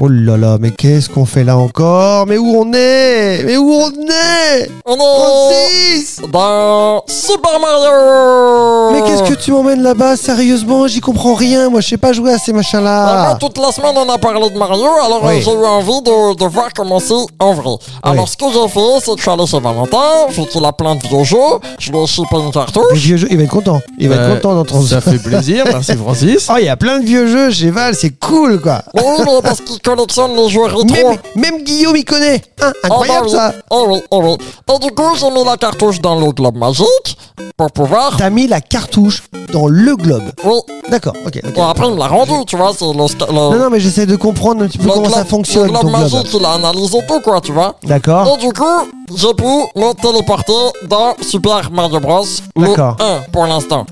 Oh là là, mais qu'est-ce qu'on fait là encore Mais où on est Mais où on est On Francis dans Super Mario Mais qu'est-ce que tu m'emmènes là-bas Sérieusement, j'y comprends rien. Moi, je sais pas jouer à ces machins-là. Vraiment, Ah, toute la semaine, on a parlé de Mario, alors Oui. euh, j'ai eu envie de, de voir comment c'est en vrai. Alors, ce que j'ai fait, c'est que je suis allé chez Valentin, vu qu'il a plein de vieux jeux, je lui ai chipé une Le cartouche. vieux jeu, il va être content. Il va être Euh, content d'entendre Ça fait plaisir, merci Francis. Oh, il y a plein de vieux jeux chez Val, c'est cool quoi. Mais oui, mais parce qu'il collectionne les jeux rétro. Même, même Guillaume y connaît. Hein, incroyable Ah bah ça. oui. Oh oui, oh oui. Et du coup, j'ai mis la cartouche dans le globe magique pour pouvoir. T'as mis la cartouche dans le globe. Oui. D'accord, ok. ok. Et après, il me l'a rendu, tu vois, c'est le. sca- le- Non, non, mais j'essaie de comprendre un petit peu le comment globe- ça fonctionne Le globe Oh. ton globe. magique, il a analysé tout, quoi, tu vois. D'accord. Et du coup, j'ai pu me téléporter dans Super Mario Bros. le D'accord. 1 pour l'instant.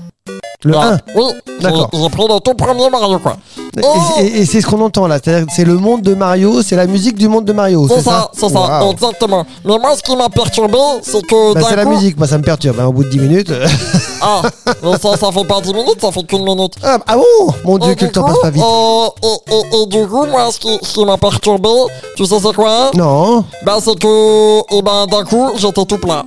Le Ah, 1. Oui, D'accord. j'ai j'ai pris le tout premier Mario, quoi. Oh. Et, et- et c'est ce qu'on entend là. C'est-à-dire que c'est le monde de Mario, c'est la musique du monde de Mario. C'est ça, c'est ça, Waouh. exactement. Mais moi, ce qui m'a perturbé, c'est que Bah, d'un c'est la coup- musique, moi ça me perturbe. hein, Au bout de 10 minutes. Ah, mais ça, ça fait pas 10 minutes, ça fait qu'une minute. ah, ah bon Mon dieu, Et que du le temps coup, passe pas vite. euh, et, et- et du coup, moi, ce qui, ce qui m'a perturbé, tu sais c'est quoi Non, Bah c'est que, eh ben d'un coup, j'étais tout plat.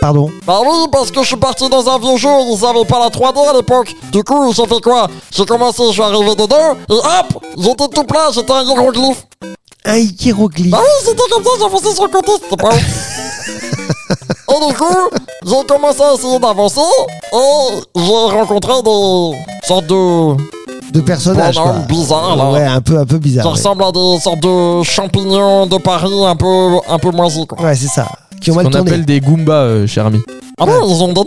pardon. Bah oui, parce que je suis parti dans un vieux jeu, ils avaient pas la 3D à l'époque. Du coup, j'ai fait quoi J'ai commencé, je suis arrivé dedans, et hop J'étais tout plat, j'étais un hiéroglyphe. Un hiéroglyphe. Bah oui, c'était comme ça, j'avançais sur le côté, c'était pas ouf. Et du coup, j'ai commencé à essayer d'avancer, et j'ai rencontré des sortes de... de personnage. Bon, non, quoi. Oh. bizarre, là. Ouais, un peu, un peu bizarre. Ça Ah ouais. ressemble à des sortes de champignons de Paris un peu, un peu moisis, quoi. Ouais, c'est ça. Qui ont Ce mal qu'on tourné. appelle des Goombas, euh, cher ami. Ah bon, ils ont des dons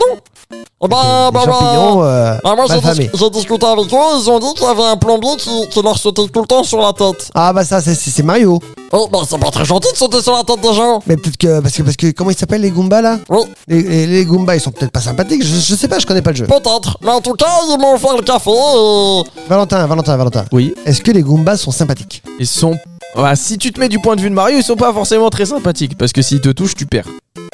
Eh Des- des Bah, bah, bah, champignons euh, Ah, moi, j'ai, mal dis- famés. j'ai discuté avec eux, ils ont dit qu'il y avait un plombier qui, qui leur sautait tout le temps sur la tête. Ah bah ça c'est- c'est c'est Mario. Oh, bah, c'est pas très gentil de sauter sur la tête des gens. Mais peut-être que parce que parce que comment ils s'appellent les Goombas là Oui, les, les, les Goombas ils sont peut-être pas sympathiques. Je, je sais pas, je connais pas le jeu. peut-être. Mais en tout cas, ils m'ont offert le café et... Valentin, Valentin, Valentin. Oui. Est-ce que les Goombas sont sympathiques Ils sont. Ah, si tu te mets du point de vue de Mario, ils sont pas forcément très sympathiques parce que s'ils te touchent, tu perds.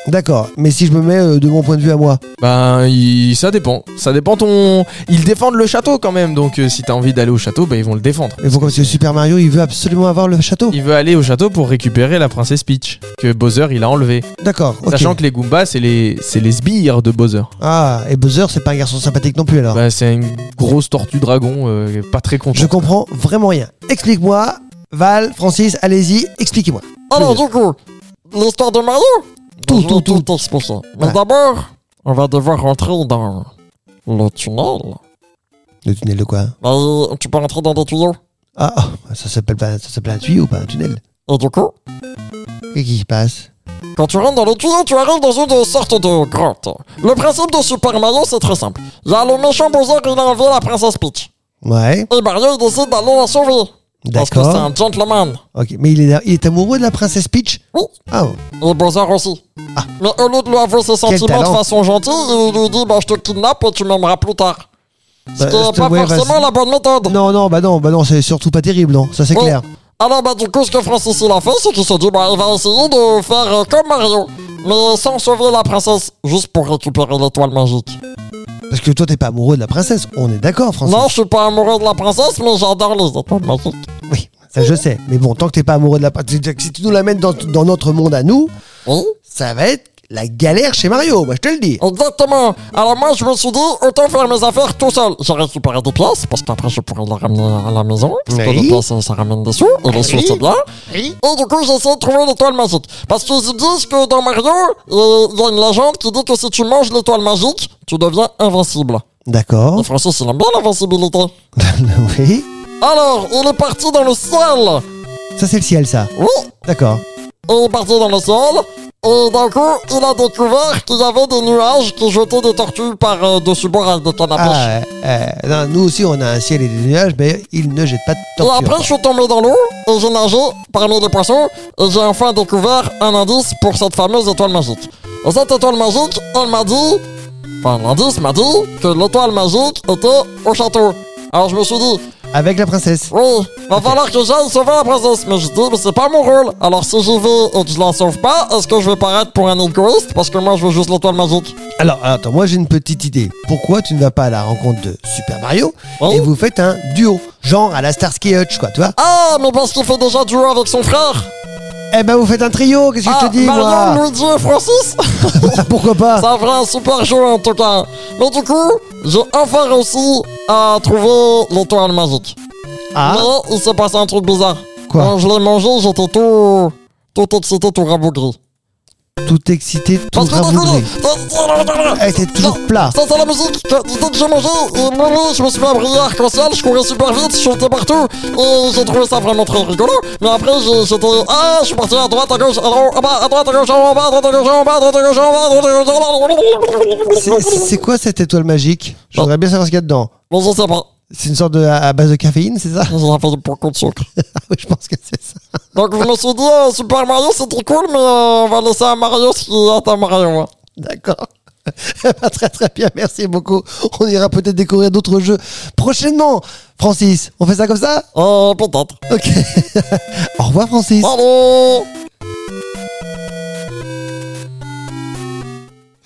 D'accord. Mais si je me mets euh, de mon point de vue à moi, Ben, il- ça dépend. Ça dépend ton. Ils défendent le château quand même, donc euh, si t'as envie d'aller au château, ben ils vont le défendre. mais pourquoi parce que Super Mario il veut absolument avoir le château Il veut aller au château pour récupérer la princesse Peach que Bowser il a enlevée. D'accord. ok. Sachant que les Goombas, c'est les, c'est les sbires de Bowser. Ah et Buzzer c'est pas un garçon sympathique non plus alors. Bah, c'est une grosse tortue dragon, euh, pas très contente. Je comprends vraiment rien. Explique-moi. Val, Francis, allez-y, expliquez-moi. Alors, du coup, l'histoire de Mario Tout, Je vais tout, tout. expliquer. Mais Ouais. d'abord, on va devoir rentrer dans le tunnel. Le tunnel de quoi Mais tu peux rentrer dans des tuyaux. Ah, oh, ça s'appelle pas, ça s'appelle un tuyau, pas un tunnel. Et du coup, Qu'est-ce qui se passe Quand tu rentres dans le tuyau, tu arrives dans une sorte de grotte. Le principe de Super Mario, c'est très simple. Il y a le méchant Bowser qui a enlevé la princesse Peach. Ouais, Et Mario, il décide d'aller la sauver. Parce que c'est d'accord. un gentleman. Ok, mais il est, il est amoureux de la princesse Peach Oui. Ah, oh. Et Bowser aussi. Ah. Mais au lieu de lui avouer ses sentiments de talent. façon gentille, il lui dit bah, Je te kidnappe et tu m'aimeras plus tard. Ce Bah, qui je n'est te- pas ouais, forcément vas-y. la bonne méthode. non, non, bah non, bah non, c'est surtout pas terrible, non, ça c'est Oui. clair. Alors, bah, du coup, ce que Francis il a fait, c'est qu'il s'est dit bah, Il va essayer de faire euh, comme Mario, mais sans sauver la princesse, juste pour récupérer l'étoile magique. Parce que toi t'es pas amoureux de la princesse, on est d'accord, Francis. Non, je suis pas amoureux de la princesse, mais j'adore les étoiles magiques. Oui, ça je sais. Mais bon, tant que t'es pas amoureux de la princesse, si tu nous l'amènes dans, dans notre monde à nous, Oui, ça va être la galère chez Mario, moi je te le dis. exactement. Alors moi, je me suis dit, autant faire mes affaires tout seul. J'ai récupéré des pièces, parce qu'après, je pourrais les ramener à la maison. Parce que Oui. les pièces, ça ramène des sous, et les sous, Oui. c'est bien. Oui. Et du coup, j'ai essayé de trouver l'étoile magique. Parce qu'ils se disent que dans Mario, il y a une légende qui dit que si tu manges l'étoile magique, tu deviens invincible. Et D'accord. Francis, il aime bien l'invincibilité. oui. Alors, il est parti dans le ciel. Ça c'est le ciel, ça. Oui, D'accord. Et il est parti dans le ciel. Et d'un coup, il a découvert qu'il y avait des nuages qui jetaient des tortues euh, par-dessus bord avec des cannes à pêche. Ah, euh, euh, non, nous aussi on a un ciel et des nuages, mais ils ne jettent pas de et tortue. après, je suis tombé dans l'eau et j'ai nagé parmi les poissons et j'ai enfin découvert un indice pour cette fameuse étoile magique. Et cette étoile magique, elle m'a dit... Enfin, l'indice m'a dit que l'étoile magique était au château. Alors je me suis dit, avec la princesse. Oui, va falloir que j'aille sauver la princesse. Mais je dis, mais c'est pas mon rôle. Alors si j'y vais et que je la sauve pas, est-ce que je vais paraître pour un égoïste Parce que moi, je veux juste l'étoile magique. Alors, attends, moi j'ai une petite idée. Pourquoi tu ne vas pas à la rencontre de Super Mario Oh. et vous faites un duo, genre à la Starsky Hutch, quoi, tu vois Ah, mais parce qu'il fait déjà duo avec son frère. Eh ben, vous faites un trio, qu'est-ce que ah, je te dis, Marion, moi Luigi et Francis Pourquoi pas Ça ferait un super jeu en tout cas. Mais du coup, j'ai enfin réussi à trouver l'étoile magique. Ah, Mais il s'est passé un truc bizarre. Quoi Quand je l'ai mangé, j'étais tout. tout excité, tout rabougri. tout excité, tout Parce que du coup, rabougri. ça- Eh, t'es toujours plat. Ça, c'est la musique que, dès que j'ai mangé, et moi, oui, je me suis mis à briller arc-en-ciel, je courais super vite, je sautais partout, et j'ai trouvé ça vraiment très rigolo. Mais après, j'ai- j'étais. Ah, je suis parti à droite, à gauche, en haut, en bas, à droite, à gauche, en bas, à droite, à gauche, en bas, à droite, à gauche, en bas, à droite, à gauche, en bas. C'est- C'est c'est quoi cette étoile magique Je voudrais bien savoir ce qu'il y a dedans. Mais je sais pas. C'est une sorte de à à base de caféine, c'est ça Ils ont fait beaucoup de sucre. Ah oui, je pense que c'est ça. Donc je me suis dit, euh, Super Mario c'est trop cool, mais euh, on va laisser à Mario ce qui est à Mario. hein. D'accord. Eh ben, très très bien, merci beaucoup. On ira peut-être découvrir d'autres jeux prochainement. Francis, on fait ça comme ça Euh, peut-être. Ok. Au revoir Francis. Salut